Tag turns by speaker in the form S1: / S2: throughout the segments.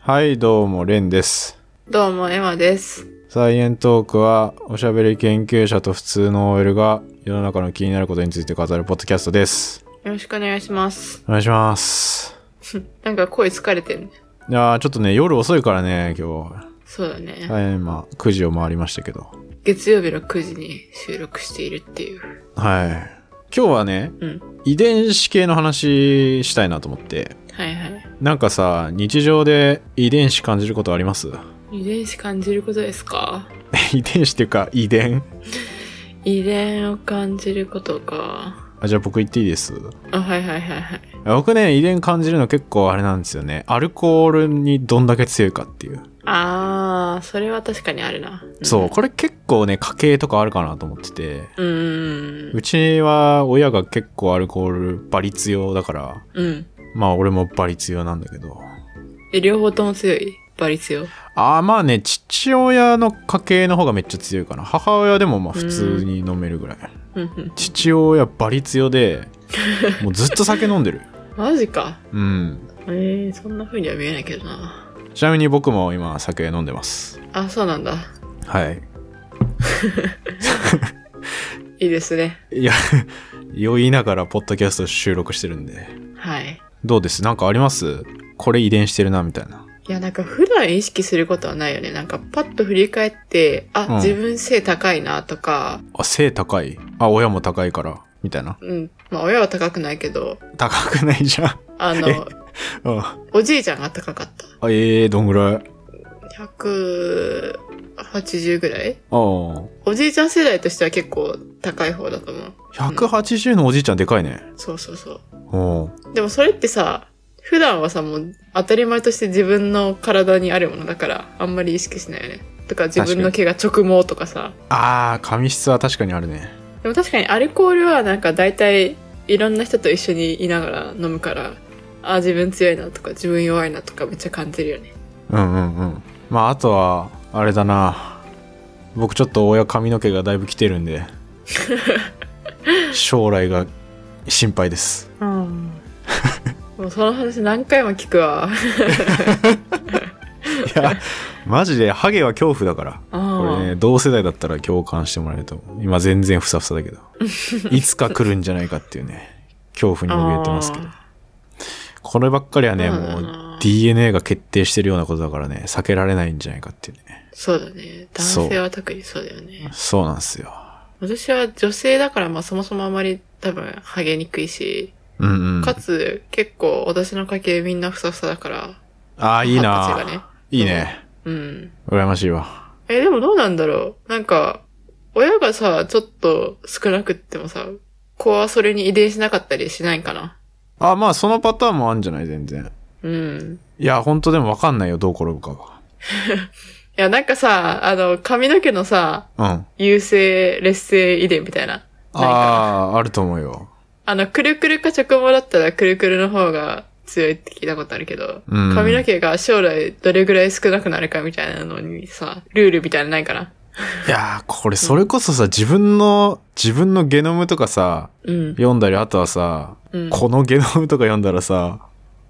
S1: はい、どうも、レンです。
S2: どうも、エマです。
S1: サイエントークは、おしゃべり研究者と普通の OL が、世の中の気になることについて語るポッドキャストです。
S2: よろしくお願いします。
S1: お願いします。
S2: なんか声疲れてるね。
S1: いやー、ちょっとね、夜遅いからね、今
S2: そうだね。
S1: 日。はい、今、9時を回りましたけど。
S2: 月曜日の9時に収録しているっていう。
S1: はい。今日はね、
S2: うん。
S1: 遺伝子系の話したいなと思って。
S2: はいはい。
S1: なんかさ、日常で遺伝子感じることあります
S2: 遺伝子感じることですか
S1: 遺伝子っていうか、遺伝
S2: 遺伝を感じることか。
S1: あ、じゃあ僕言っていいです。
S2: あ、はいはいはいはい。
S1: 僕ね遺伝感じるの結構あれなんですよねアルコールにどんだけ強いかっていう、
S2: あー、それは確かにあるな。ん
S1: そう。これ結構ね家計とかあるかなと思ってて
S2: うーん。
S1: うちは親が結構アルコールバリ強だから
S2: うん。
S1: まあ俺もバリ強なんだけど
S2: え、両方とも強いバリ強。
S1: ああまあね父親の家系の方がめっちゃ強いかな母親でもまあ普通に飲めるぐらい
S2: うんうん。
S1: 父親バリ強でもうずっと酒飲んでる
S2: マジか。
S1: うん
S2: えー、そんな風には見えないけどな。
S1: ちなみに僕も今酒飲んでます
S2: あ、そうなんだ。
S1: はい
S2: いいですね。
S1: いや、 酔いながらポッドキャスト収録してるんで。
S2: はい。
S1: どうですなんかありますこれ遺伝してるな、みたいな。
S2: いや、なんか普段意識することはないよね。なんかパッと振り返って、あ、
S1: うん
S2: 自分背高いなとか、
S1: あ、背高い。あ、親も高いから。みたいな。
S2: うん。まあ親は高くないけど、
S1: 高くないじゃん。
S2: あの、
S1: うん。
S2: おじいちゃんが高かっ
S1: あええー、どんぐらい
S2: た。180ぐらい
S1: ああ。
S2: おじいちゃん世代としては結構高い方だと思う。
S1: 180のおじいちゃんでかいね。
S2: そうそうそう。
S1: おう
S2: でもそれってさ、普段はさ、もう当たり前として自分の体にあるものだから、あんまり意識しないよね。とか自分の毛が直毛とかさ。
S1: ああ、髪質は確かにあるね。
S2: でも確かにアルコールはなんか大体いろんな人と一緒にいながら飲むから、あ、自分強いなとか自分弱いなとかめっちゃ感じるよね。
S1: うんうんうん。まあ、あとは、あれだな。僕ちょっと親髪の毛がだいぶ来てるんで。将来が心配です。
S2: うん。 もうその話何回も聞くわ。
S1: いや、マジでハゲは恐怖だから。これね、同世代だったら共感してもらえると思う。今全然ふさふさだけ ど。いつか来るんじゃないかっていうね、恐怖に怯えてますけど。こればっかりはね、
S2: うん
S1: もう DNA が決定してるようなことだからね、避けられないんじゃないかっていうね。
S2: そうだね。
S1: そう
S2: 男性は特にそうだよね。
S1: そうなんですよ。
S2: 私は女性だからまあそもそもあまり多分ハゲにくいし、
S1: うんうん。
S2: かつ結構私の家系みんなふさふさだから。
S1: ああ、いい
S2: 二十歳がね
S1: な。いいね。
S2: うん。
S1: 羨ましいわ。
S2: え、でもどうなんだろうなんか、親がさ、ちょっと少なくってもさ、子はそれに遺伝しなかったりしないかな
S1: あ、まあそのパターンもあるんじゃない全然。
S2: うん。
S1: いや、ほんとでもわかんないよ、どう転ぶかは。
S2: いや、なんかさ、あの、髪の毛のさ、
S1: うん。
S2: 優性、劣性遺伝みたいな。
S1: あ
S2: あ。
S1: あ、あると思うよ。
S2: あの、くるくるか直毛だったらくるくるの方が強いって聞いたことあるけど、
S1: うん
S2: 髪の毛が将来どれぐらい少なくなるかみたいなのにさ、ルールみたいなのないかない
S1: やー、これそれこそさ、自分の、自分のゲノムとかさ、
S2: うん。
S1: 読んだり、あとはさ、
S2: うん。
S1: このゲノムとか読んだらさ、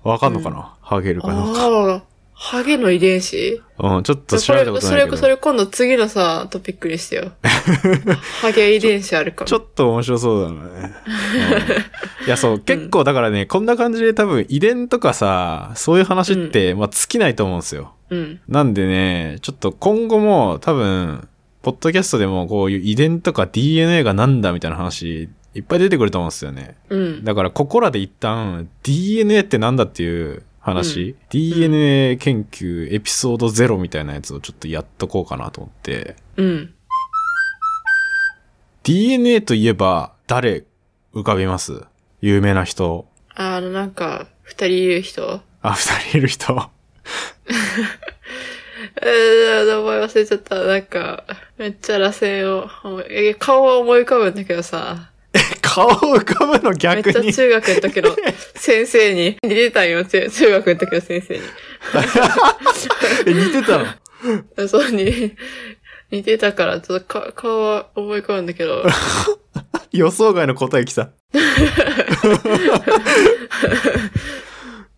S1: わかんのかな、ハゲるかどうか。
S2: ああ、ハゲの遺伝子
S1: うん、ちょっと調べたこと
S2: そ
S1: ない
S2: れ
S1: け
S2: こそそ
S1: ど。
S2: れ今度次のさ、トピックにして よ。ハゲ遺伝子あるかも。
S1: ちょっと面白そうだ ね。うんいや、そう、結構だからね、こんな感じで多分遺伝とかさ、そういう話って、まあ尽きないと思うんですよ。
S2: うん。
S1: なんでね、ちょっと今後も多分、ポッドキャストでもこういう遺伝とか DNA がなんだみたいな話、いっぱい出てくると思うんですよね。
S2: うん。
S1: だからここらで一旦 DNA ってなんだっていう話、DNA 研究エピソード0みたいなやつをちょっとやっとこうかなと思って、
S2: うん。
S1: DNA といえば誰浮かびます有名な人。
S2: あの、なんか、二人いる人
S1: あ、二人いる人。
S2: えー、名前忘れちゃった。なんか、めっちゃ螺旋を、え顔は思い浮かぶんだけどさ、
S1: 顔浮かぶの
S2: めっ
S1: 逆
S2: ちゃ
S1: に。
S2: 中学の時 の先生に、似てたんよ、中中学の時の先生に。
S1: え似てたの
S2: そうに、似てたから、ちょっとか顔は思い浮かぶんだけど、
S1: 予想外の答え来 た。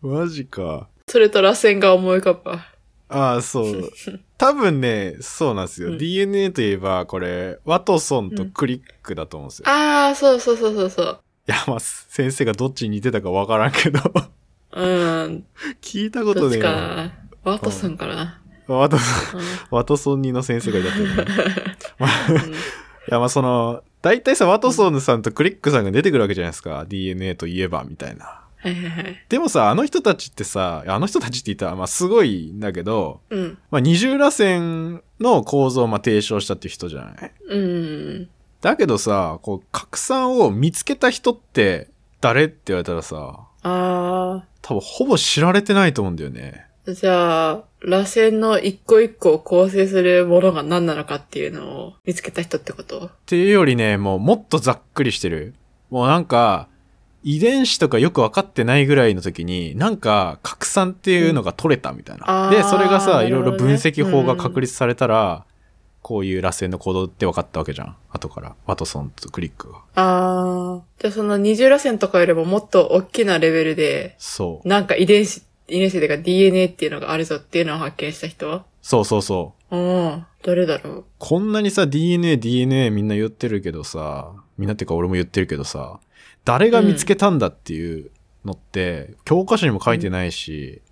S1: マジか。
S2: それと螺旋が思い浮かば。
S1: ああ、そう。多分ね、そうなんですよ。
S2: うん
S1: DNA といえば、これ、ワトソンとクリックだと思うんですよ。
S2: ああ、そうそうそうそうそう。
S1: いや、まあ、先生がどっちに似てたかわからんけど、
S2: うん。
S1: 聞いたこと
S2: どっ
S1: ね
S2: ち
S1: え
S2: か
S1: な。
S2: な。ワトソンかな。
S1: ワトソン、ワトソン似の先生がいたけどね。まあ
S2: う
S1: い
S2: んうん
S1: や、まあ、その、大体さ、ワトソンさんとクリックさんが出てくるわけじゃないですか。DNA といえば、みたいな。
S2: はいはいはい。
S1: でもさ、あの人たちってさ、あの人たちって言ったら、まあ、すごいんだけど、
S2: うん。
S1: まあ、二重螺旋の構造をまあ提唱したっていう人じゃない
S2: うん。
S1: だけどさ、こう、拡散を見つけた人って誰って言われたらさ、
S2: あ
S1: 多分ほぼ知られてないと思うんだよね。
S2: あ、じゃあ、螺旋の一個一個を構成するものが何なのかっていうのを見つけた人ってこと
S1: っていうよりね、もうもっとざっくりしてる。もうなんか、遺伝子とかよく分かってないぐらいの時に、なんか拡散っていうのが取れたみたいな。
S2: うん
S1: で、
S2: あー
S1: それがさ、
S2: ない
S1: ろ
S2: る
S1: い
S2: ほど
S1: ろ
S2: ね
S1: 分析法が確立されたら、こういう螺旋の行動って分かったわけじゃん。後から。ワトソンとクリックが。
S2: ああ、じゃあその二重螺旋とかよりももっと大きなレベルで、
S1: そう。
S2: なんか遺伝子、遺伝子でか DNA っていうのがあるぞっていうのを発見した人
S1: そうそうそう。
S2: うん。誰だろ
S1: こんなにさ、DNA、DNA みんな言ってるけどさ、みんなってか俺も言ってるけどさ、誰が見つけたんだっていうのって、教科書にも書いてないし、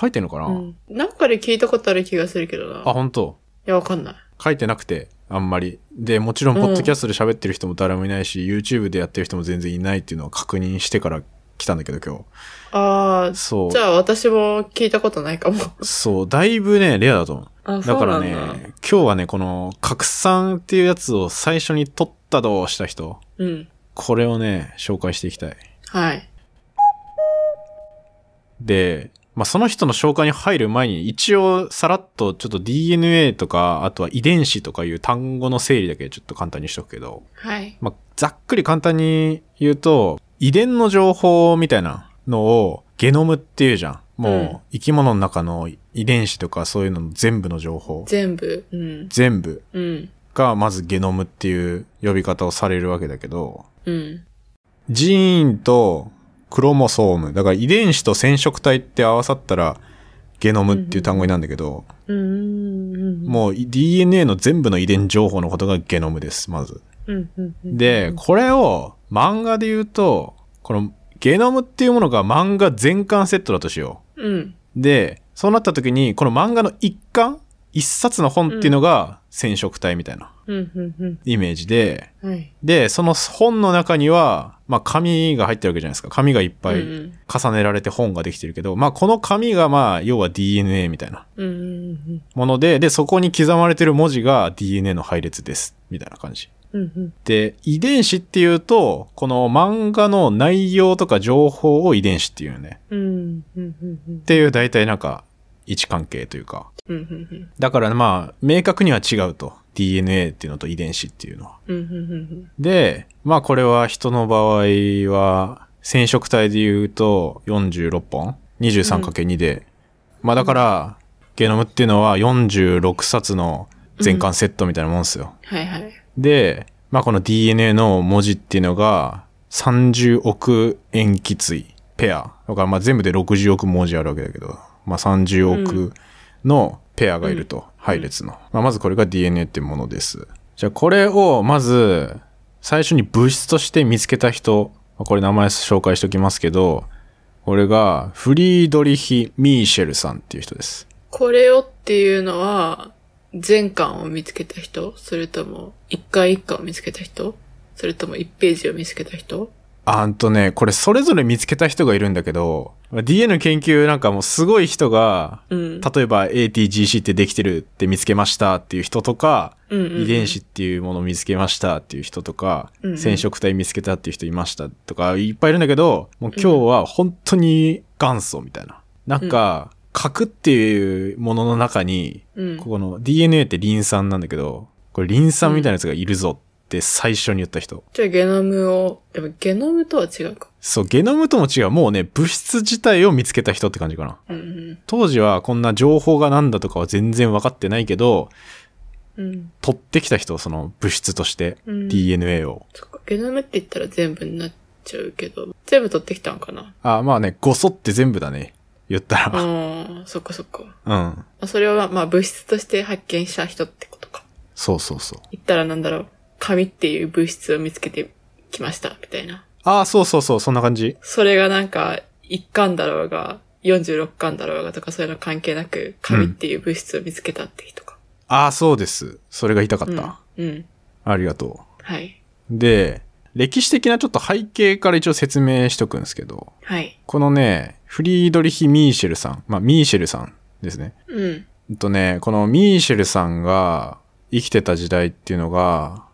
S1: 書いてんのかな、
S2: う、うん、なんかで聞いたことある気がするけどな。
S1: あ、
S2: い
S1: 本当
S2: や、わかんない。
S1: 書いてなくて、あんまり。で、もちろん、
S2: うん
S1: ポッドキャストで喋ってる人も誰もいないし、YouTube でやってる人も全然いないっていうのを確認してから来たんだけど、今
S2: あ
S1: 日。そ
S2: あ、じゃあ私も聞いたことないかも。
S1: う。そう、だいぶね、レアだと思う。
S2: あ、
S1: だ
S2: そう
S1: から
S2: なんだ。
S1: ね、今日はね、この、拡散っていうやつを最初に取ったどうした人、
S2: うん。
S1: これをね、紹介していきたい。
S2: はい。
S1: で、まあ、その人の紹介に入る前に、一応、さらっと、ちょっと DNA とか、あとは遺伝子とかいう単語の整理だけちょっと簡単にしとくけど、
S2: はい。
S1: まあ、ざっくり簡単に言うと、遺伝の情報みたいなのを、ゲノムっていうじゃん。
S2: うん
S1: もう、生き物の中の遺伝子とかそういうのの全部の情報。
S2: 全部。うん。
S1: 全部
S2: うん。
S1: が、まずゲノムっていう呼び方をされるわけだけど、
S2: うん。
S1: ジーンとクロモソーム。だから遺伝子と染色体って合わさったらゲノムっていう単語になるんだけど、
S2: うん。うん。
S1: もう DNA の全部の遺伝情報のことがゲノムです、まず。
S2: うん。うん。うん
S1: で、、これを漫画で言うと、このゲノムっていうものが漫画全巻セットだとしよ
S2: うん。
S1: う。で、そうなった時に、この漫画の一巻、一冊の本っていうのが染色体みたいな
S2: うん。うん。
S1: イメージで、
S2: うん。はい。
S1: で、その本の中には、まあ紙が入ってるわけじゃないですか。紙がいっぱい
S2: うん
S1: 重ねられて本ができてるけど、まあこの紙がまあ要は DNA みたいな
S2: うん。うん。
S1: もので、で、そこに刻まれてる文字が DNA の配列です。みたいな感じ。
S2: うん。うん。
S1: で、遺伝子っていうと、この漫画の内容とか情報を遺伝子っていうね。
S2: うん。うん。うん。うん。うん
S1: っていう大体なんか位置関係というか。
S2: うん。うん。
S1: だからまあ明確には違うと。DNA っていうのと遺伝子っていうのは。
S2: うん。うん。
S1: で、まあこれは人の場合は、染色体で言うと46本 ?23×2 で。まあだから、ゲノムっていうのは46冊の全巻セットみたいなもんですよ。
S2: はいはい。
S1: で、まあこの DNA の文字っていうのが30億塩基対ペア。だからまあ全部で60億文字あるわけだけど、まあ30億のペアがいると、配列の。まあまずこれが DNA っていうものです。じゃあこれをまず最初に物質として見つけた人、まあこれ名前紹介しておきますけど、これがフリードリヒ・ミーシェルさんっていう人です。
S2: これをっていうのは、全巻を見つけた人それとも、一巻一巻を見つけた人それとも、一ページを見つけた人
S1: あんとね、これそれぞれ見つけた人がいるんだけど、DNA 研究なんかもうすごい人が、
S2: うん。
S1: 例えば ATGC ってできてるって見つけましたっていう人とか、
S2: うんうんうん
S1: 遺伝子っていうものを見つけましたっていう人とか、
S2: うんうん
S1: 染色体見つけたっていう人いましたとか、いっぱいいるんだけど、もう今日は本当に元祖みたいな。なんか、核っていうものの中に、
S2: うん。
S1: ここの DNA ってリン酸なんだけど、これリン酸みたいなやつがいるぞって最初に言った人。
S2: じゃあゲノムを、でもゲノムとは違うか。
S1: そう、ゲノムとも違う。もうね、物質自体を見つけた人って感じかな。
S2: うん
S1: 当時はこんな情報が何だとかは全然分かってないけど、
S2: うん。うん。
S1: 取ってきた人、その物質として、
S2: うん
S1: DNA を。
S2: そっか、ゲノムって言ったら全部になっちゃうけど、全部取ってきたんかな。
S1: あ、まあね、ごそって全部だね。言った
S2: う
S1: ら。
S2: ん、そっかそっか。ま
S1: うん。
S2: あそれは、まあ、物質として発見した人ってことか。
S1: そうそうそう。
S2: 言ったらなんだろう。紙っていう物質を見つけてきました、みたいな。
S1: ああ、そうそうそう、そんな感じ。
S2: それがなんか、1巻だろうが、46巻だろうがとかそういうの関係なく、紙っていう物質を見つけたって人か。
S1: ああ、そうです。それが痛か
S2: う
S1: っ
S2: ん。
S1: た。
S2: うん。
S1: ありがと
S2: はい。
S1: う。で、歴史的なちょっと背景から一応説明しとくんですけど、
S2: はい。
S1: このね、フリードリヒ・ミーシェルさん、まあ、ミーシェルさんですね。
S2: うん。
S1: うんとね、このミーシェルさんが生きてた時代っていうのが、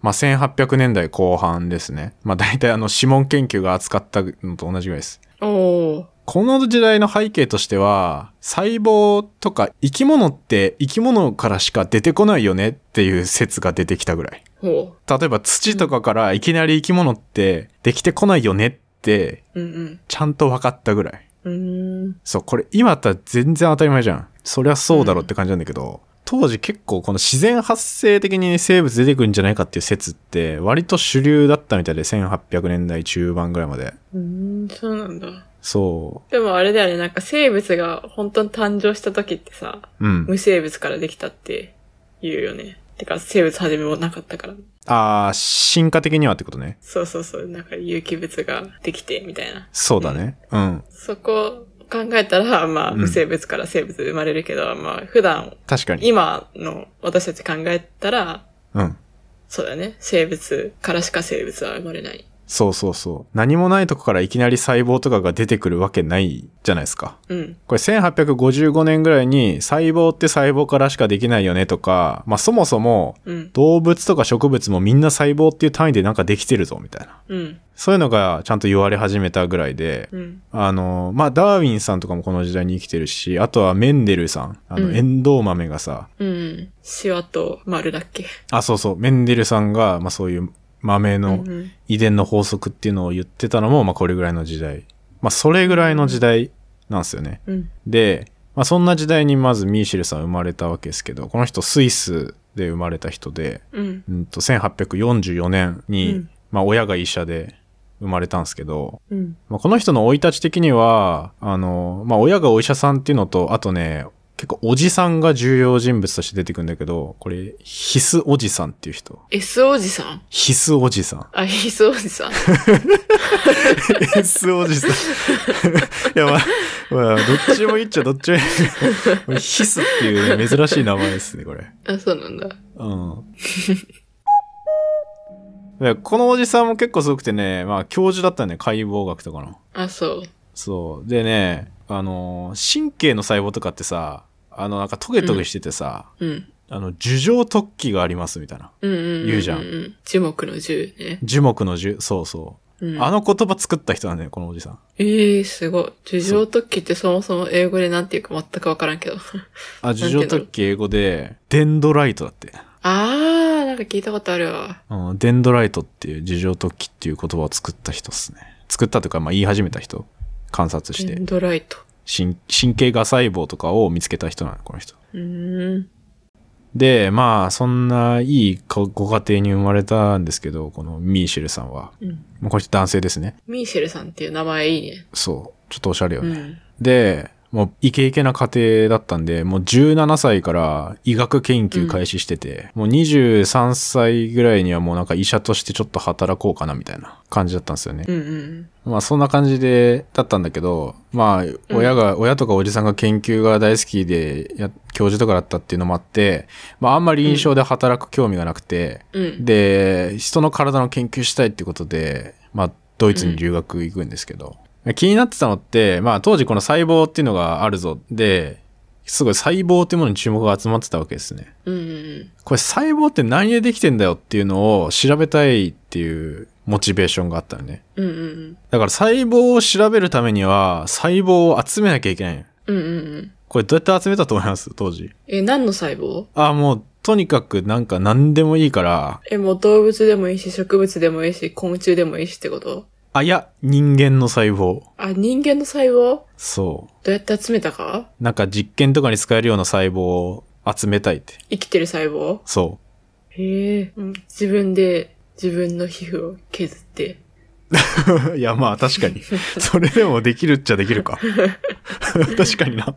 S1: まあ、1800年代後半ですね。まあ、大体あの指紋研究が扱ったのと同じぐらいです。
S2: おお
S1: この時代の背景としては、細胞とか生き物って生き物からしか出てこないよねっていう説が出てきたぐらい。
S2: ほ
S1: 例えば土とかからいきなり生き物ってできてこないよねって
S2: う。うん
S1: ちゃんと分かったぐらい。
S2: うん。うーん。
S1: そう、これ今だったら全然当たり前じゃん。そりゃそうだろうって感じなんだけど、当時結構この自然発生的に生物出てくるんじゃないかっていう説って割と主流だったみたいで1800年代中盤ぐらいまで。
S2: うーん、そうなんだ。
S1: そ
S2: でもあれだよね、なんか生物が本当に誕生した時ってさ、
S1: う。うん。
S2: 無生物からできたって言うよね。てか生物初めもなかったから。
S1: あー、進化的にはってことね。
S2: そうそうそう、なんか有機物ができて、みたいな。
S1: そうだね。うん。
S2: そこを考えたら、まあ、
S1: うん
S2: 無生物から生物生まれるけど、まあ、普段、
S1: 確かに。
S2: 今の私たち考えたら、
S1: うん。
S2: そうだよね。生物からしか生物は生まれない。
S1: そうそうそう。何もないとこからいきなり細胞とかが出てくるわけないじゃないですか。
S2: うん。
S1: これ1855年ぐらいに細胞って細胞からしかできないよねとか、まあそもそも
S2: うん。
S1: 動物とか植物もみんな細胞っていう単位でなんかできてるぞみたいな。
S2: うん。
S1: そういうのがちゃんと言われ始めたぐらいで、
S2: うん。
S1: あの、まあ、ダーウィンさんとかもこの時代に生きてるし、あとはメンデルさん、あの、
S2: うん
S1: エンドウ豆がさ、
S2: うん。シワと丸だっけ。
S1: あ、そうそう、メンデルさんが、まあ、そういう豆
S2: う
S1: の
S2: ん。
S1: 遺伝の法則っていうのを言ってたのも、まあ、これぐらいの時代。まあ、それぐらいの時代なんですよね。
S2: うん。
S1: で、まあ、そんな時代にまずミーシェルさん生まれたわけですけど、この人スイスで生まれた人で、
S2: うん。
S1: うんと、1844年に、
S2: うん
S1: まあ、親が医者で生まれたんですけど、
S2: うん。
S1: まあ、この人の生い立ち的には、あの、まあ、親がお医者さんっていうのと、あとね、結構おじさんが重要人物として出てくるんだけど、これ、ヒスおじさんっていう人。
S2: S おじさん。
S1: ヒスおじさん
S2: あ、S おじさん。
S1: ヒスおじさん。 いや、まあ、まあ、どっちも言っちゃどっちも 言っヒスっていう、ね、珍しい名前ですね、これ。
S2: あ、そうなんだ。
S1: うん。 いやこのおじさんも結構すごくてね、まあ教授だったね、解剖学とかの。
S2: あ、そう。
S1: そう。でね、あのー、神経の細胞とかってさ、あの、なんかトゲトゲしててさ、
S2: うん。
S1: あの、樹状突起がありますみたいな。
S2: うんうんうん。
S1: 言うじゃん
S2: ん。樹木の樹ね。
S1: 樹木の樹、そうそう。
S2: うん。
S1: あの言葉作った人なんだよ、このおじさん。
S2: ええすごい。樹状突起ってそもそも英語でなんていうか全くわからんけど。
S1: あ、
S2: てい
S1: 樹
S2: う
S1: 状
S2: の
S1: 突起英語で、デンドライトだって。
S2: あー、なんか聞いたことあるわ。
S1: うん、デンドライトっていう樹状突起っていう言葉を作った人っすね。作ったというか、まあ言い始めた人。観察して
S2: エン。ドライト。
S1: 神神経芽細胞とかを見つけた人なの、この人。
S2: うーん。
S1: で、まあ、そんないいごご家庭に生まれたんですけど、このミーシェルさんは。
S2: うん。
S1: まあこの人男性ですね。
S2: ミーシェルさんっていう名前いいね。
S1: そう。ちょっとおしゃれよ
S2: う
S1: ね。
S2: ん。
S1: で、もうイケイケな家庭だったんで、もう17歳から医学研究開始してて、もう23歳ぐらいにはもうなんか医者としてちょっと働こうかなみたいな感じだったんですよね。
S2: うんうん。
S1: まあそんな感じで、だったんだけど、まあ親が、親とかおじさんが研究が大好きで、や、教授とかだったっていうのもあって、まああんまり印象で働く興味がなくて、
S2: うん。
S1: で、人の体の研究したいってことで、まあドイツに留学行くんですけど、気になってたのって、まあ当時この細胞っていうのがあるぞ、で、すごい細胞っていうものに注目が集まってたわけですね。
S2: うんうん
S1: これ細胞って何でできてんだよっていうのを調べたいっていうモチベーションがあったのね。
S2: うん。うんうん
S1: だから細胞を調べるためには細胞を集めなきゃいけないの。
S2: うん。うんうんうん。
S1: これどうやって集めたと思います当時。
S2: え、何の細胞
S1: ああ、もうとにかくなんか何でもいいから、
S2: え、もう動物でもいいし、植物でもいいし、昆虫でもいいしってこと
S1: あ、いや、人間の細胞。
S2: あ、人間の細胞
S1: そ
S2: どうやって集めたか
S1: う。なんか実験とかに使えるような細胞を集めたいって。
S2: 生きてる細胞
S1: そ
S2: へえ、うん自分で自分の皮膚を削って
S1: う。 いや、まあ確かに。それでもできるっちゃでき るか。確かにな。だか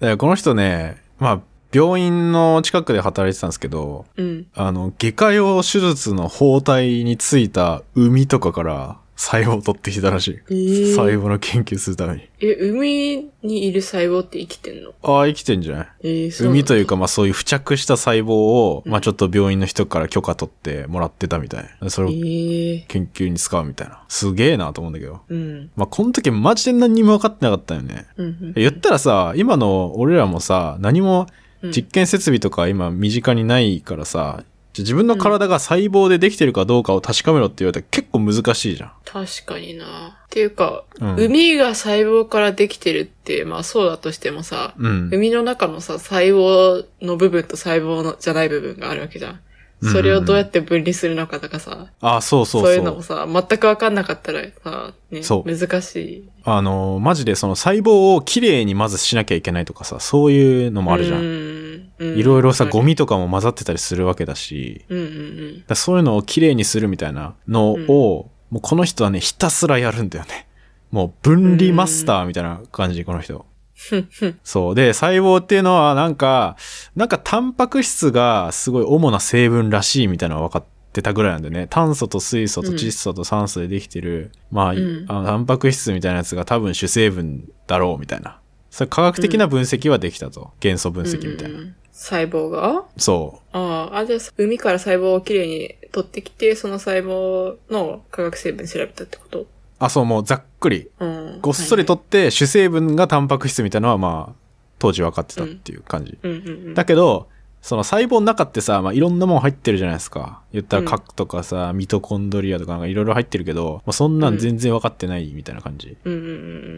S1: らこの人ね、まあ、病院の近くで働いてたんですけど、
S2: うん。
S1: あの、外科用手術の包帯についた海とかから細胞を取ってきたらし
S2: え
S1: い。
S2: ー
S1: 細胞の研究するために。
S2: え、海にいる細胞って生きてんの
S1: ああ、生きてんじゃない
S2: えー、そうなんだ
S1: 海というか、まあそういう付着した細胞を、
S2: うん
S1: まあちょっと病院の人から許可取ってもらってたみたいな。それ
S2: え
S1: を
S2: ー、
S1: 研究に使うみたいな。すげえなと思うんだけど。
S2: うん。
S1: まあこの時マジで何にも分かってなかったよね。
S2: うんうん。
S1: 言ったらさ、今の俺らもさ、何も
S2: うん
S1: 実験設備とか今身近にないからさ、じゃあ自分の体が細胞でできてるかどうかを確かめろって言われたら結構難しいじゃん。
S2: 確かにな。っていうか、
S1: うん
S2: 海が細胞からできてるって、まあそうだとしてもさ、
S1: うん。
S2: 海の中のさ、細胞の部分と細胞のじゃない部分があるわけじゃん。それをどうやって分離するのかとかさ、
S1: あ、そうそう
S2: そういう
S1: そ
S2: のも
S1: う。
S2: さ、全くわかんなかったらさ、ね、
S1: そう
S2: 難しい。
S1: あのー、マジでその細胞をきれいにまずしなきゃいけないとかさ、そういうのもあるじゃん。
S2: ん
S1: いろいろさ、ゴ
S2: ミ。
S1: ミとかも混ざってたりするわけだし、
S2: うんうん
S1: だからそういうのをきれいにするみたいなのを、もうこの人はね、ひたすらやるんだよね。もう分離マスターみたいな感じ、この人。
S2: うん。
S1: そう。で、細胞っていうのはなんか、なんかタンパク質がすごい主な成分らしいみたいなのは分かってたぐらいなんでね。炭素と水素と窒素と酸素でできてる、まあ、
S2: うん
S1: あのタンパク質みたいなやつが多分主成分だろうみたいな。それ科学的な分析はできたと。元素分析みたいな。
S2: うんうんうん。細胞が
S1: そ
S2: ああ、あ、じゃあ、海から細胞をきれいに取ってきて、その細胞の化学成分調べたってこと
S1: う。あ、そう、もうざっくり。
S2: うん。
S1: ごっそり取って主成分がタンパク質みたいなのはまあ、当時分かってたっていう感じ。
S2: はいはい。うんうんうん。
S1: だけど、その細胞の中ってさ、まあ、いろんなもん入ってるじゃないですか。言ったら核とかさ、ミトコンドリアとかなんかいろいろ入ってるけど、まあ、そんなん全然分かってないみたいな感じ。
S2: うんうんう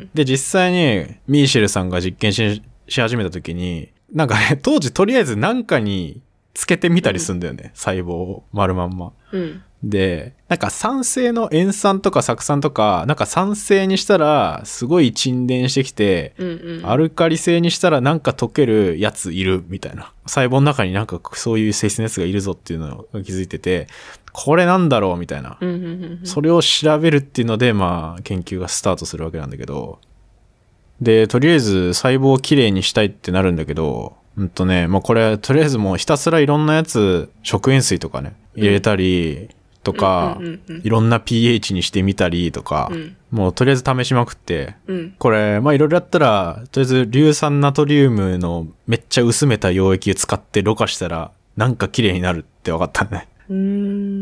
S2: ん
S1: で、実際にミーシェルさんが実験しし始めた時に、なんかね、当時とりあえずなんかにつけてみたりすんだよね。細胞を丸まんま。
S2: うん。うん。
S1: で、なんか酸性の塩酸とか酢酸とか、なんか酸性にしたらすごい沈殿してきて、
S2: うんうん。
S1: アルカリ性にしたらなんか溶けるやついるみたいな。細胞の中になんかそういう性質のやつがいるぞっていうのを気づいてて、これなんだろうみたいな。
S2: うんうんうんうん。
S1: それを調べるっていうので、まあ、研究がスタートするわけなんだけど。で、とりあえず細胞をきれいにしたいってなるんだけど、うんとね、まあこれ、とりあえずもうひたすらいろんなやつ、食塩水とかね、入れたりとか、
S2: うんうんうんうん
S1: いろんな pH にしてみたりとか、
S2: うん
S1: もうとりあえず試しまくって、
S2: うん。
S1: これ、まあいろいろやったら、とりあえず硫酸ナトリウムのめっちゃ薄めた溶液使ってろ過したら、なんか綺麗になるって分かったね。
S2: うー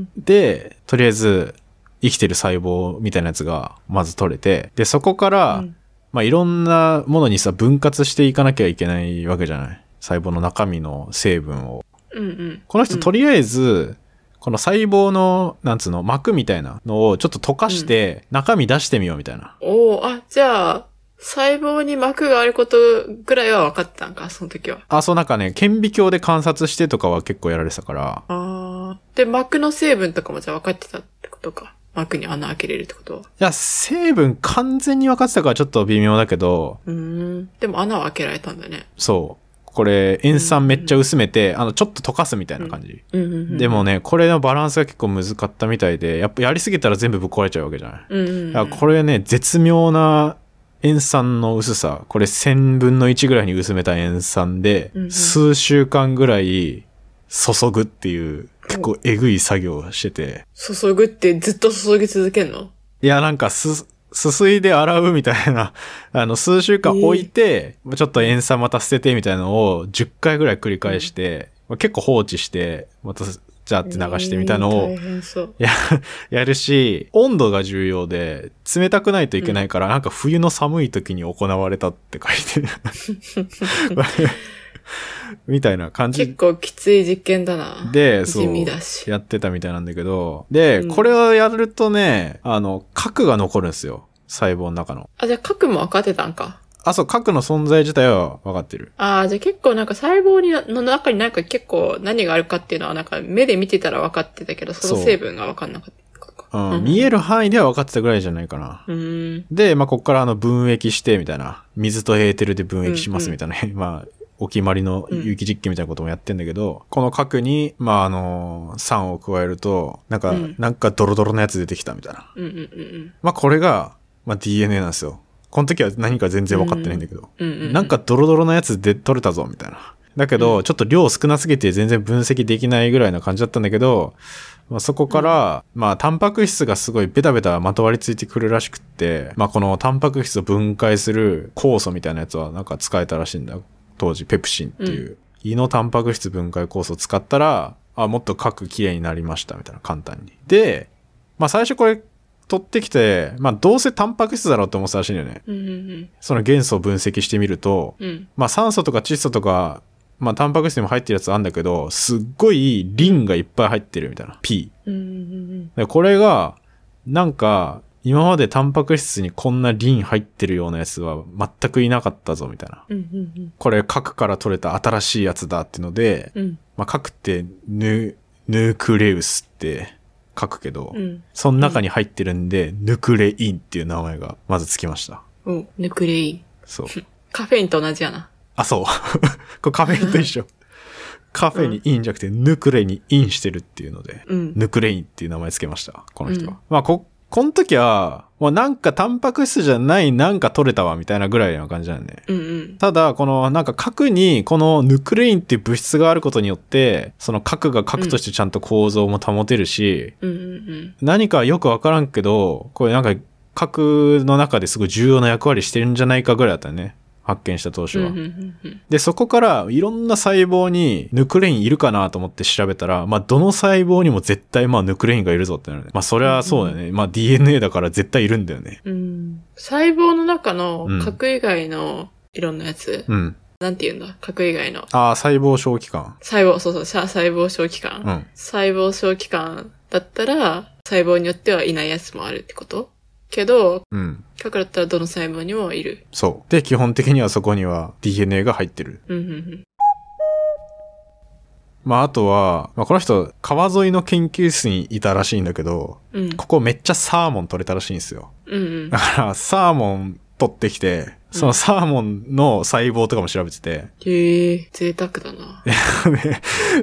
S2: ん。
S1: で、とりあえず、生きてる細胞みたいなやつがまず取れて、で、そこから、
S2: うん
S1: まあいろんなものにさ、分割していかなきゃいけないわけじゃない細胞の中身の成分を。
S2: うんうん。
S1: この人と
S2: り、
S1: りあえず、この細胞の、なんつうの、膜みたいなのをちょっと溶かして、中身出してみようみたいな。
S2: おおあ、じゃあ、細胞に膜があることぐらいは分かったんか、その時は。
S1: あ、そうなんかね、顕微鏡で観察してとかは結構やられてたから、
S2: ああ。で、膜の成分とかもじゃあ分かってたってことか。膜に穴開けれるってことは。
S1: いや、成分完全に分かってたからちょっと微妙だけど、
S2: うーん。でも穴は開けられたんだね。
S1: そう。これ、塩酸めっちゃ薄めて、あの、ちょっと溶かすみたいな感じ。
S2: うんうんうん。
S1: で、もね、これのバランスが結構難かったみたいで、やっぱやりすぎたら全部ぶっ壊れちゃうわけじゃない。
S2: うんうん、うん。
S1: いやこれね、絶妙な塩酸の薄さ。これ1000分の1ぐらいに薄めた塩酸で
S2: うんう、ん
S1: 数週間ぐらい注ぐっていう、結構えぐい作業をしてて。
S2: 注ぐってずっと注ぎ続けんの
S1: いや、なんかす、すすいで洗うみたいな、 あの、数週間置いて、ちょっと塩酸また捨ててみたいなのを10回ぐらい繰り返して、まあ結構放置して、また、じゃあって流してみたいなのを
S2: えー大、変そう。
S1: や、 やるし、温度が重要で、冷たくないといけないから、なんか冬の寒い時に行われたって書いて る。みたいな感
S2: 結
S1: じ
S2: 構きつい実験だな。
S1: で、そ
S2: 地
S1: う
S2: 味だ、し。
S1: やってたみたいなんだけど、で、
S2: うん
S1: これをやるとね、あの、核が残るんですよ。細胞の中の。
S2: あ、じゃあ核も分かってたんか。
S1: あ、そう、核の存在自体は分かってる。
S2: ああ、じゃあ結構なんか細胞にの中になんか結構何があるかっていうのはなんか目で見てたら分かってたけど、その成分が分かんなかったか。
S1: うん、見
S2: え
S1: える範囲では分かってたぐらいじゃないかな。
S2: うーん。
S1: で、まあ、こっからあの、分液して、みたいな。水とエーテルで分液します、みたいな。まあ、お決まりの有機実験みたいなこともやってんだけど、この核に、まあ、あの、酸を加えると、なんか、
S2: うん
S1: なんかドロドロなやつ出てきたみたいな。
S2: うんうんうん
S1: まあ、これが、まあ、DNA なんですよ。この時は何か全然分かってないんだけど、
S2: うんうん
S1: なんかドロドロなやつで取れたぞ、みたいな。だけど、ちょっと量少なすぎて全然分析できないぐらいな感じだったんだけど、まあ、そこから、まあ、タンパク質がすごいベタベタまとわりついてくるらしくって、まあ、このタンパク質を分解する酵素みたいなやつはなんか使えたらしいんだ。当時、ペプシンっていう、胃のタンパク質分解酵素を使ったら、あ、もっと核きれいになりました、みたいな、簡単に。で、まあ、最初これ取ってきて、まあ、どうせタンパク質だろうって思ってたらしいんだよね。
S2: うんうん
S1: その元素を分析してみると、
S2: うんうん
S1: まあ、酸素とか窒素とか、まあ、タンパク質にも入ってるやつあるんだけど、すっごいリンがいっぱい入ってるみたいな。P。
S2: うんうん
S1: でこれが、なんか、今までタンパク質にこんなリン入ってるようなやつは全くいなかったぞ、みたいな。
S2: うんうん
S1: これ、核から取れた新しいやつだっていうので、
S2: うん
S1: まあ、核ってヌ、ヌクレウスって書くけど、
S2: うん
S1: その中に入ってるんで、ヌクレインっていう名前がまずつきました。
S2: おヌクレイン
S1: そう。
S2: カフェインと同じやな
S1: あ、そう。 これカフェインと一緒。カフェにインじゃなくて、ヌクレにインしてるっていうので、
S2: うん
S1: ヌクレインっていう名前つけました。この人は。
S2: うん
S1: まあ、こ、この時は、まあ、なんかタンパク質じゃない、なんか取れたわ、みたいなぐらいの感じなんで。
S2: うんうん
S1: ただ、この、なんか核に、このヌクレインっていう物質があることによって、その核が核としてちゃんと構造も保てるし、
S2: うんうん
S1: 何かよくわからんけど、これなんか核の中ですごい重要な役割してるんじゃないかぐらいだったよね。発見した当初
S2: うんうん
S1: は。
S2: うんうん
S1: で、そこからいろんな細胞にヌクレインいるかなと思って調べたら、まあ、どの細胞にも絶対まあヌクレインがいるぞってなるね。まあ、それはそうだよね。まあ、DNA だから絶対いるんだよね。
S2: うん細胞の中の
S1: うん
S2: 核以外のいろんなやつ、
S1: うん。
S2: なんて言うんだ核以外の
S1: ああ、細胞小器官。
S2: 細胞そうそうさ細胞小器官、
S1: うん。
S2: 細胞小器官だったら細胞によってはいないやつもあるってことけど
S1: うん。
S2: 核だったらどの細胞にもいる
S1: そう。で、基本的にはそこには DNA が入ってる。
S2: うんうん
S1: まあ、あとは、まあ、この人、川沿いの研究室にいたらしいんだけど、
S2: うんうん
S1: ここめっちゃサーモン取れたらしいんですよ。
S2: うんうん
S1: だから、サーモン取ってきて、そのサーモンの細胞とかも調べてて、
S2: へえ贅沢だな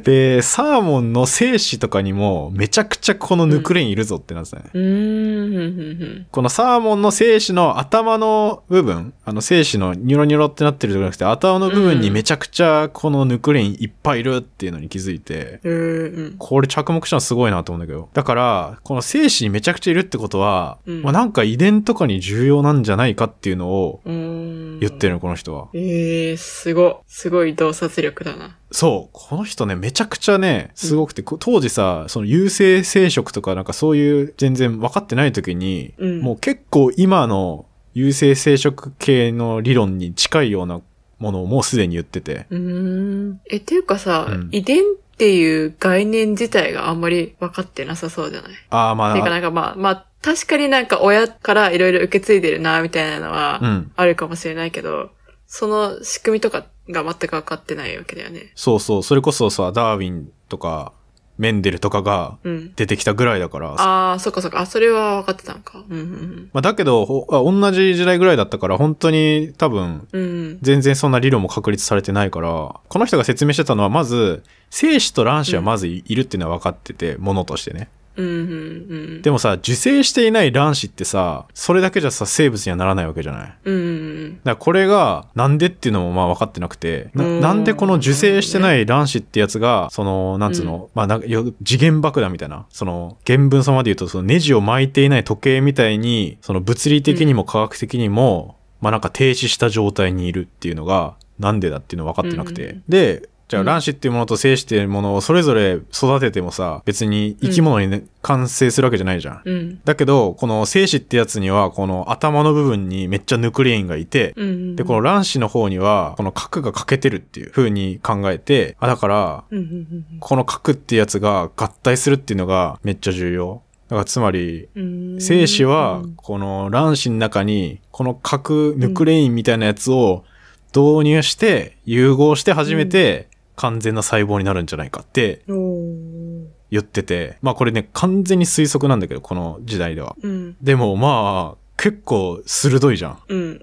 S1: で、サーモンの精子とかにもめちゃくちゃこのヌクレインいるぞってなんですね。
S2: うーんうんうん
S1: このサーモンの精子の頭の部分、あの精子のニョロニョロってなってるとこじゃなくて、頭の部分にめちゃくちゃこのヌクレインいっぱいいるっていうのに気づいて、
S2: うんうん
S1: これ着目したのすごいなと思うんだけど。だから、この精子にめちゃくちゃいるってことは、
S2: うん
S1: まあなんか遺伝とかに重要なんじゃないかっていうのを
S2: うん
S1: 言ってるの、この人は。
S2: ええすごい。すごい洞察力だな。
S1: そう。この人ね、めちゃくちゃね、すごくて、こ当時さ、その優性生殖とかなんかそういう全然分かってない時に、
S2: うん
S1: もう結構今の優性生殖系の理論に近いようなものをもうすでに言ってて。
S2: うーん。え、っていうかさ、
S1: うん
S2: 遺伝っていう概念自体があんまり分かってなさそうじゃない
S1: ああ、ま
S2: ていうか
S1: あ、
S2: なんかまあ、まあ、確かになんか親からいろいろ受け継いでるな、みたいなの
S1: う
S2: は、
S1: ん。
S2: あるかもしれないけど、その仕組みとかが全く分かってないわけだよね。
S1: そうそう。それこそさ、ダーウィンとか、メンデルとかが
S2: うん。
S1: 出てきたぐらいだから。
S2: ああ、そっかそっか。あ、それは分かってたんか。うんうん
S1: まあ、だけど、ほあ同じ時代ぐらいだったから、本当に多分、
S2: うん。うん
S1: 全然そんな理論も確立されてないから、この人が説明してたのは、まず、精子と卵子はまずいいるっていうのは分かってて、ものとしてね。
S2: うん。うんうんうん。
S1: でもさ、受精していない卵子ってさ、それだけじゃさ、生物にはならないわけじゃない。だか
S2: うんうん
S1: らこれが、なんでっていうのもまあ分かってなくて、な
S2: うん
S1: なんでこの受精してない卵子ってやつが、その、なんつうの、まあなんかよ、次元爆弾みたいな、その、原文そのまで言うと、そのネジを巻いていない時計みたいに、その物理的にも科学的にも、まあなんか停止した状態にいるっていうのが、なんでだっていうの分かってなくて。
S2: うん
S1: で、じゃあ
S2: うん
S1: 卵子っていうものと精子っていうものをそれぞれ育ててもさ、別に生き物にね、完成するわけじゃないじゃん。
S2: うん。うん。
S1: だけど、この精子ってやつには、この頭の部分にめっちゃヌクレインがいて、
S2: うんうん。
S1: で、この卵子の方には、この核が欠けてるっていう風に考えて、あ、だから、
S2: うんうんうん
S1: この核ってやつが合体するっていうのがめっちゃ重要。だからつまり、
S2: うん。
S1: 精子は
S2: うん、
S1: この卵子の中に、この核ヌクレインみたいなやつを導入して、融合して初めて完全な細胞になるんじゃないかって
S2: おー
S1: 言ってて、まあこれね、完全に推測なんだけど、この時代では。
S2: うん。
S1: でもまあ、結構鋭いじゃん。
S2: うん。い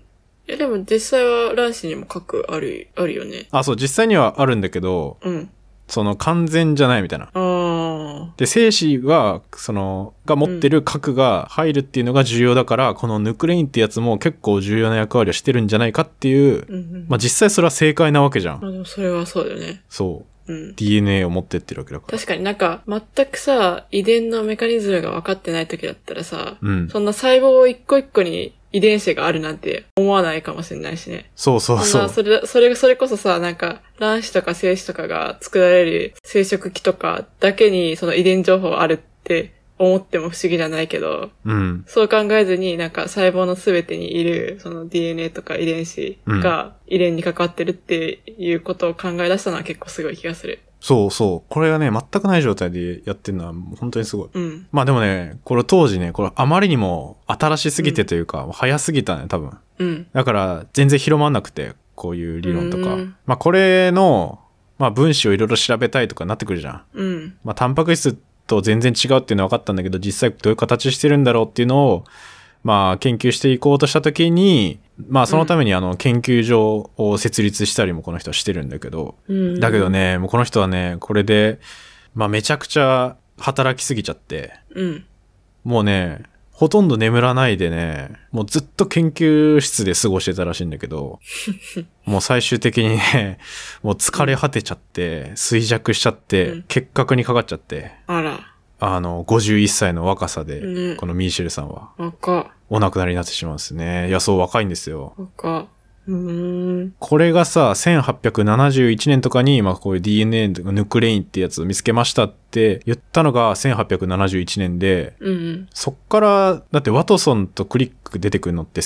S2: え、でも実際は卵子にも核ある、あるよね。
S1: あ、そう、実際にはあるんだけど、
S2: うん。
S1: その完全じゃないみたいな。
S2: あ
S1: で、精子は、その、が持ってる核が入るっていうのが重要だから、このヌクレインってやつも結構重要な役割をしてるんじゃないかっていう
S2: あ。、うんうん。
S1: まあ実際それは正解なわけじゃん。
S2: まあでもそれはそうだよね。
S1: そう。
S2: うん。
S1: DNA を持ってってるわけだから。
S2: 確かになんか、全くさ、遺伝のメカニズムが分かってない時だったらさ、
S1: うん。
S2: そんな細胞一個一個に遺伝子があるなんて思わないかもしれないしね。
S1: そうそう
S2: そん
S1: そ
S2: な
S1: う。
S2: それ、それ、それこそさ、なんか、卵子とか精子とかが作られる生殖器とかだけにその遺伝情報あるって思っても不思議じゃないけど、
S1: うん。
S2: そう考えずになんか細胞の全てにいるその DNA とか遺伝子が遺伝に関わってるっていうことを考え出したのは結構すごい気がする。
S1: そうそう。これがね、全くない状態でやってるのは本当にすごい。
S2: うん。
S1: まあでもね、これ当時ね、これあまりにも新しすぎてというか、早すぎたね、多分。
S2: うん。
S1: だから全然広まんなくて、こういう理論とか
S2: うん。
S1: まあこれの、まあ分子をいろいろ調べたいとかなってくるじゃん。
S2: うん。
S1: まあタンパク質と全然違うっていうのは分かったんだけど、実際どういう形してるんだろうっていうのを、まあ研究していこうとしたときに、まあそのためにあの研究所を設立したりもこの人はしてるんだけど、
S2: うん。
S1: だけど。ね、もうこの人はね、これで、まあめちゃくちゃ働きすぎちゃって、
S2: うん。
S1: もうね、ほとんど眠らないでね、もうずっと研究室で過ごしてたらしいんだけ ど、もう最終的にね、もう疲れ果てちゃって、衰弱しちゃって、
S2: うん
S1: 結核にかかっちゃって、
S2: あら、
S1: あの、51歳の若さで、
S2: ね
S1: このミーシェルさんは、
S2: 若、
S1: お亡くなりになってしまうんですね。いや、そう若いんですよ。
S2: 若。うーん。
S1: これがさ、1871年とかに、まあこういう DNA とかヌクレインってやつを見つけましたって言ったのが1871年で、
S2: うん。
S1: そっから、だってワトソンとクリック出てくるのって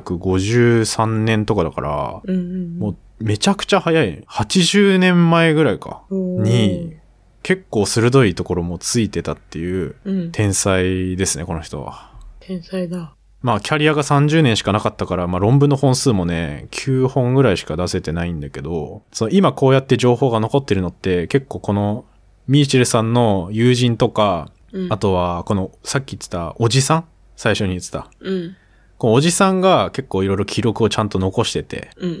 S1: 1953年とかだから、
S2: うん。
S1: もうめちゃくちゃ早い。80年前ぐらいか。
S2: うん、
S1: に、結構鋭いところもついてたっていう
S2: うん。
S1: 天才ですね、この人は。
S2: 天才だ。
S1: まあ、キャリアが30年しかなかったから、まあ、論文の本数もね、9本ぐらいしか出せてないんだけど、その今こうやって情報が残ってるのって、結構この、ミーチェルさんの友人とか、
S2: うん、
S1: あとは、この、さっき言ってたおじさん最初に言ってた。
S2: うん、
S1: このおじさんが結構いろいろ記録をちゃんと残してて、
S2: うんうんう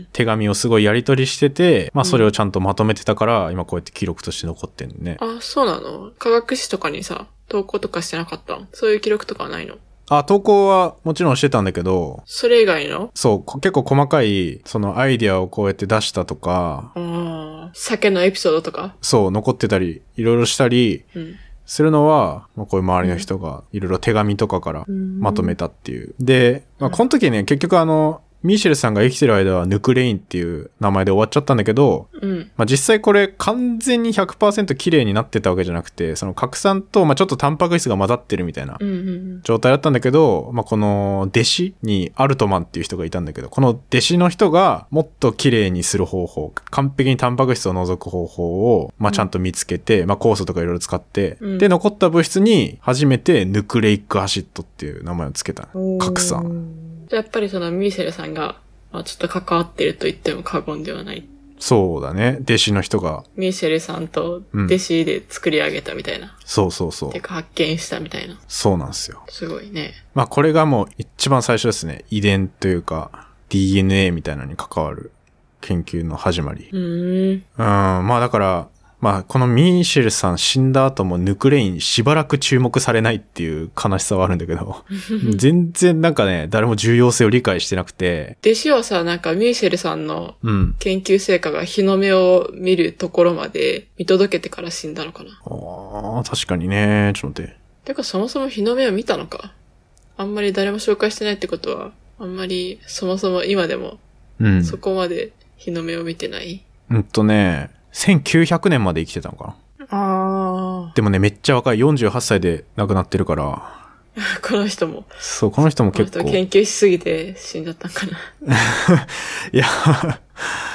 S2: ん
S1: 手紙をすごいやり取りしてて、まあ
S2: うん
S1: それをちゃんとまとめてたから、今こうやって記録として残ってんのね。
S2: うん。あ、そうなの科学誌とかにさ、投稿とかしてなかったそういう記録とかはないの
S1: あ、投稿はもちろんしてたんだけど、
S2: それ以外の
S1: そう、こ結構細かい、そのアイディアをこうやって出したとか、
S2: ああ、酒のエピソードとか
S1: そう、残ってたり、いろいろしたり
S2: うん。
S1: するのは、まあこういう周りの人がいろいろ手紙とかからまとめ
S2: て。
S1: たっていう。で、まあ、この時ね、結局あの、ミシェルさんが生きてる間はヌクレインっていう名前で終わっちゃったんだけど、
S2: うん。
S1: まあ、実際これ完全に100%綺麗になってたわけじゃなくて、その核酸と、まあ、ちょっとタンパク質が混ざってるみたいな
S2: うんうんうん。
S1: 状態だったんだけど、まあ、この弟子にアルトマンっていう人がいたんだけど、この弟子の人がもっと綺麗にする方法、完璧にタンパク質を除く方法を、まあ、ちゃんと見つけて、まあ、酵素とかいろいろ使って、
S2: うん
S1: で、残った物質に初めてヌクレイックアシッドっていう名前をつけた。核酸。
S2: 酸。じゃあやっぱりそのミーセルさんが、まあ、ちょっと関わってると言っても過言ではない。
S1: そうだね。弟子の人が。
S2: ミーセルさんと
S1: うん
S2: 弟子で作り上げたみたいな。
S1: そうそうそう
S2: て。か発見したみたいな。
S1: そうなんですよ。
S2: すごいね。
S1: まあこれがもう一番最初ですね。遺伝というか DNA みたいなのに関わる研究の始まり。
S2: うーん。
S1: うん、まあだから、まあこのミーシェルさん死んだ後もヌクレインしばらく注目されないっていう悲しさはあるんだけ ど、全然なんかね、誰も重要性を理解してなくて、
S2: 弟子はさ、なんかミーセルさんの
S1: うん。
S2: 研究成果が日の目を見るところまで見届けてから死んだのかな。
S1: あー確かにね、ちょっと待って。
S2: てかそもそも日の目を見たのか。あんまり誰も紹介してないってことは、あんまりそもそも今でも
S1: うん。
S2: そこまで日の目を見てない。
S1: うんとね、1900年まで生きてたのかな。
S2: あ
S1: でもね、めっちゃ若い48歳で亡くなってるから、
S2: あ。 この人も、
S1: そう、この人も
S2: この
S1: 結
S2: 人
S1: 構、
S2: 研究しすぎて死んじゃったんかな。
S1: いや、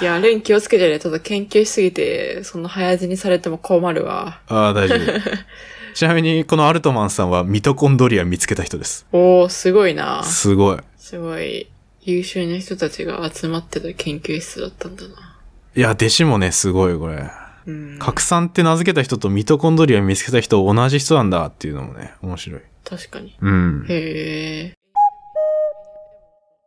S2: いや、レン気をつけてね。ちょっと研究しすぎて、その早死にされても困るわ。
S1: ああ、大丈 夫。ちなみに、このアルトマンさんはミトコンドリア見つけた人です。
S2: おー、すごいな。
S1: すごい。
S2: すごい優秀な人たちが集まってた研究室だったんだな。
S1: いや、弟子もね、すごい、これ。
S2: うん。
S1: 核酸って名付けた人とミトコンドリア見つけた人同じ人なんだっていうのもね、面白い。
S2: 確かに。
S1: うん。
S2: へ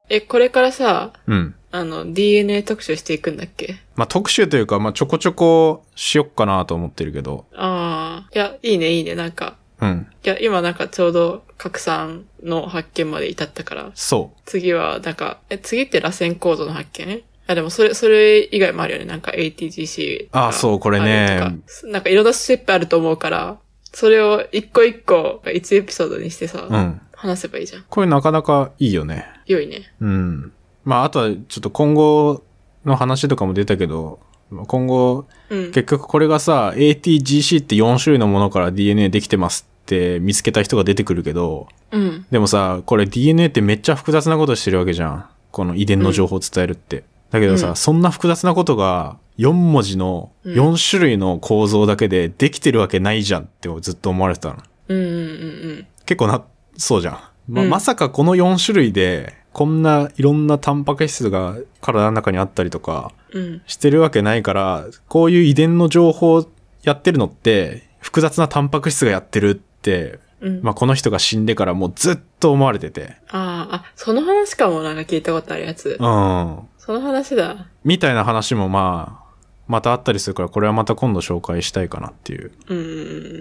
S2: え。え、これからさ、
S1: うん。
S2: あの、DNA 特集していくんだっけ
S1: まあ、特集というか、まあ、ちょこちょこしよっかなと思ってるけど、
S2: ああ、いや、いいね、いいね、なんか。
S1: うん。
S2: いや、今なんかちょうど拡散の発見まで至ったから、
S1: そ
S2: 次はなんか、え、次って螺旋構造の発見あ、でもそれ、それ以外もあるよね。なんか ATGC とか。
S1: あそうこれね
S2: あれとかなんかいろんなステップあると思うから、それを一個一個、一エピソードにしてさ、
S1: う。うん。
S2: 話せばいいじゃん。
S1: これなかなかいいよね。
S2: 良いね。
S1: うん。まあ、あとはちょっと今後の話とかも出たけど、まあ今後、
S2: うん。
S1: 結局これがさ、ATGC って4種類のものから DNA できてますって見つけた人が出てくるけど、
S2: うん。
S1: でもさ、これ DNA ってめっちゃ複雑なことしてるわけじゃん。この遺伝の情報を伝えるって。だけどさ、
S2: うん
S1: そんな複雑なことが4文字の
S2: うん
S1: 4種類の構造だけでできてるわけないじゃんってずっと思われてたの。
S2: うんうんうん
S1: 結構な、そうじゃん。ま
S2: うん
S1: まさかこの4種類で、こんないろんなタンパク質が体の中にあったりとか
S2: うん。うん。
S1: してるわけないから、こういう遺伝の情報やってるのって、複雑なタンパク質がやってるって、
S2: うん。
S1: まあ、この人が死んでからもうずっと思われてて。
S2: ああ、あ、その話かもなんか聞いたことあるやつ。
S1: うん。
S2: その話だ。
S1: みたいな話もまあ、またあったりするから、これはまた今度紹介したいかなっていう
S2: うんうんうんう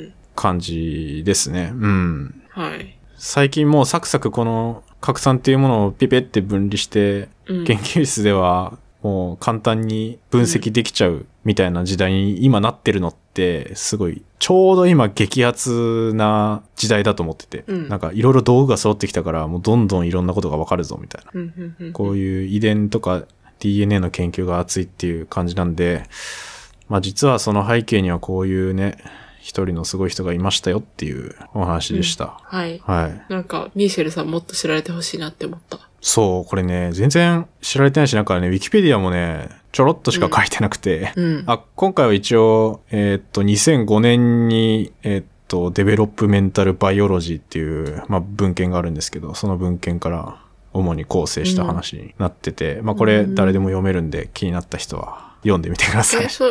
S2: ん。
S1: 感じですね。うん。
S2: はい。
S1: 最近もうサクサクこの核酸っていうものをピペって分離して、
S2: うん
S1: 研究室ではもう簡単に分析できちゃうみたいな時代に今なってるのって、すごい、ちょうど今激アツな時代だと思ってて、
S2: うん
S1: なんかいろいろ道具が揃ってきたから、もうどんどんいろんなことがわかるぞみたいな。
S2: うんうんうんうん。
S1: こういう遺伝とか DNA の研究が熱いっていう感じなんで、まあ実はその背景にはこういうね、一人のすごい人がいましたよっていうお話でした。
S2: はい。
S1: はい。
S2: なんか、ミーシェルさんもっと知られてほしいなって思った。
S1: そう、これね、全然知られてないし、なんかね、ウィキペディアもね、ちょろっとしか書いてなくて、
S2: うん。
S1: あ、今回は一応、えーっと、2005年に、えーっと、デベロップメンタルバイオロジーっていう、まあ、文献があるんですけど、その文献から主に構成した話になってて、まあ、これ
S2: うん
S1: 誰でも読めるんで、気になった人は読んでみてください
S2: え、。そ、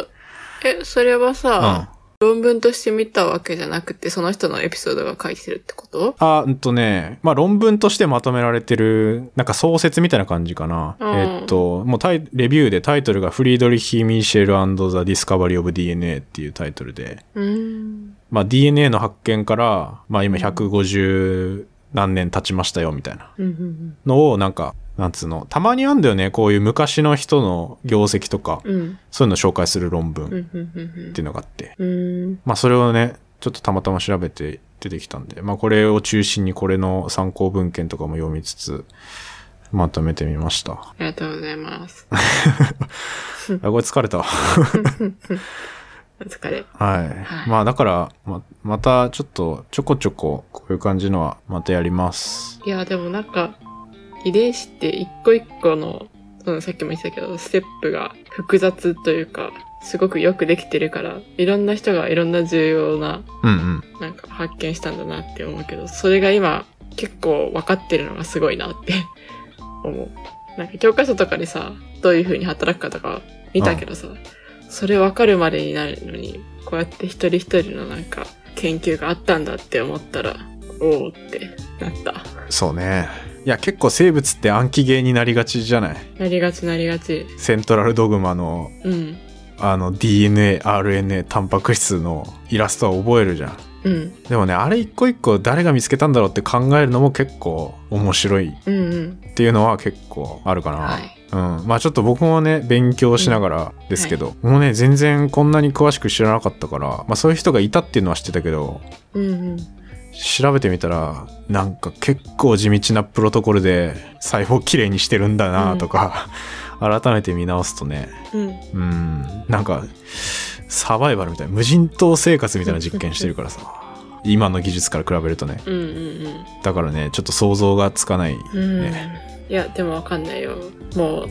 S2: え、それは
S1: うん。
S2: さ、
S1: あ、
S2: 論文として見たわけじゃなくて、その人のエピソードが書いてるってこと
S1: うんとね、まあ、論文としてまとめられてる、なんか創説みたいな感じかな。
S2: うん
S1: えーっと、もうタイ、レビューでタイトルがフリードリヒ・ミーシェルザ・ディスカバリー・オブ・ DNA っていうタイトルで、
S2: うーん。
S1: まあ、DNA の発見から、まあ、今150何年経ちましたよみたいな
S2: うんうん
S1: のをなんかなんつうのたまにあんだよねこういう昔の人の業績とか
S2: うん。うん。
S1: そういうの紹介する論
S2: う
S1: 文っ
S2: んうんうん
S1: ていうのがあって、
S2: うん。うーん。
S1: まあ、それをねちょっとたまたま調べて出てきたんで、まあ、これを中心にこれの参考文献とかも読みつつまとめてみました。
S2: ありがとうござい ます。
S1: あ、これ疲れた。
S2: お疲れ。
S1: はい。
S2: はい
S1: まあだから、ま、またちょっとちょこちょここういう感じのはまたやります。
S2: いや、でもなんか、遺伝子って一個一個の、うん、さっきも言ってたけど、ステップが複雑というか、すごくよくできてるから、いろんな人がいろんな重要な、
S1: うんうん。
S2: なんか発見したんだなって思うけど、それが今、結構分かってるのがすごいなって 思う。なんか教科書とかでさ、どういう風に働くかとか見たけどさ、それ分かるまでになるのに、こうやって一人一人のなんか、研究があったんだって思ったら、おおってなった。
S1: そうね。いや、結構生物って暗記ゲーになりがちじゃない
S2: なりがちなりがち。
S1: セントラルドグマの、
S2: うん。
S1: あの、DNA、RNA、タンパク質のイラストは覚えるじゃん。
S2: うん。
S1: でもね、あれ一個一個誰が見つけたんだろうって考えるのも結構面白い
S2: うんうん。
S1: っていうのは結構あるかな。
S2: はい。
S1: うん。まあちょっと僕もね、勉強しながらですけど、もうね、全然こんなに詳しく知らなかったから、まあそういう人がいたっていうのは知ってたけど、
S2: うんうん。
S1: 調べてみたらなんか結構地道なプロトコルで細胞きれいにしてるんだなとか、改めて見直すとね
S2: うん。
S1: うんなんかサバイバルみたいな無人島生活みたいな実験してるから さ今の技術から比べるとね
S2: うんうん
S1: だからねちょっと想像がつかない、
S2: うん。うん
S1: ね。
S2: いや、でもわかんないよ。もう、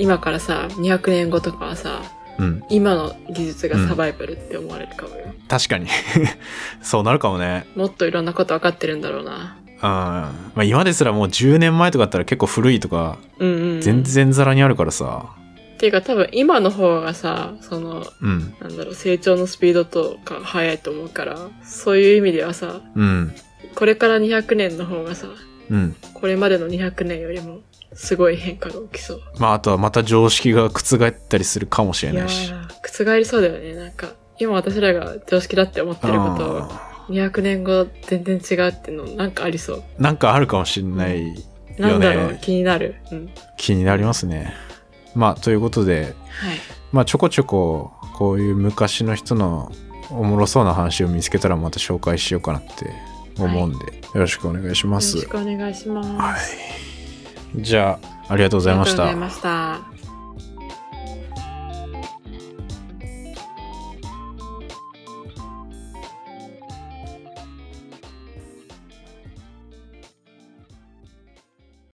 S2: 今からさ、200年後とかはさ、
S1: うん、
S2: 今の技術がサバイバルって思われるかもよ。
S1: 確かに そうなるかもね
S2: もっといろんなことわかってるんだろうな。
S1: うん、まあ、今ですらもう10年前とかだったら結構古いとか
S2: うんうんうん。
S1: 全。然ざらにあるからさ
S2: っていうか多分今の方がさ、その、
S1: うん
S2: なんだろう、成長のスピードとか早いと思うから、そういう意味ではさ、
S1: うん
S2: これから200年の方がさ、
S1: うん
S2: これまでの200年よりもすごい変化が起きそう。
S1: まあ、あとはまた常識が覆ったりするかもしれ
S2: いや
S1: ないし。
S2: ー、覆りそうだよね。なんか、今私らが常識だって思ってることを、200年後全然違うってのなんかありそう。
S1: うんなんかあるかもしれない
S2: な
S1: よ
S2: んだろう、
S1: ね。
S2: 気になる。うん。
S1: 気になりますね。まあ、ということで、
S2: はい。
S1: まあ、ちょこちょこ、こういう昔の人のおもろそうな話を見つけたらまた紹介しようかなって思うんで、よろしくお願いしま
S2: よろし
S1: す。
S2: くお願いします。
S1: はい。じゃあ、ありがとうございまし
S2: あ
S1: た
S2: りがとうござい。ました。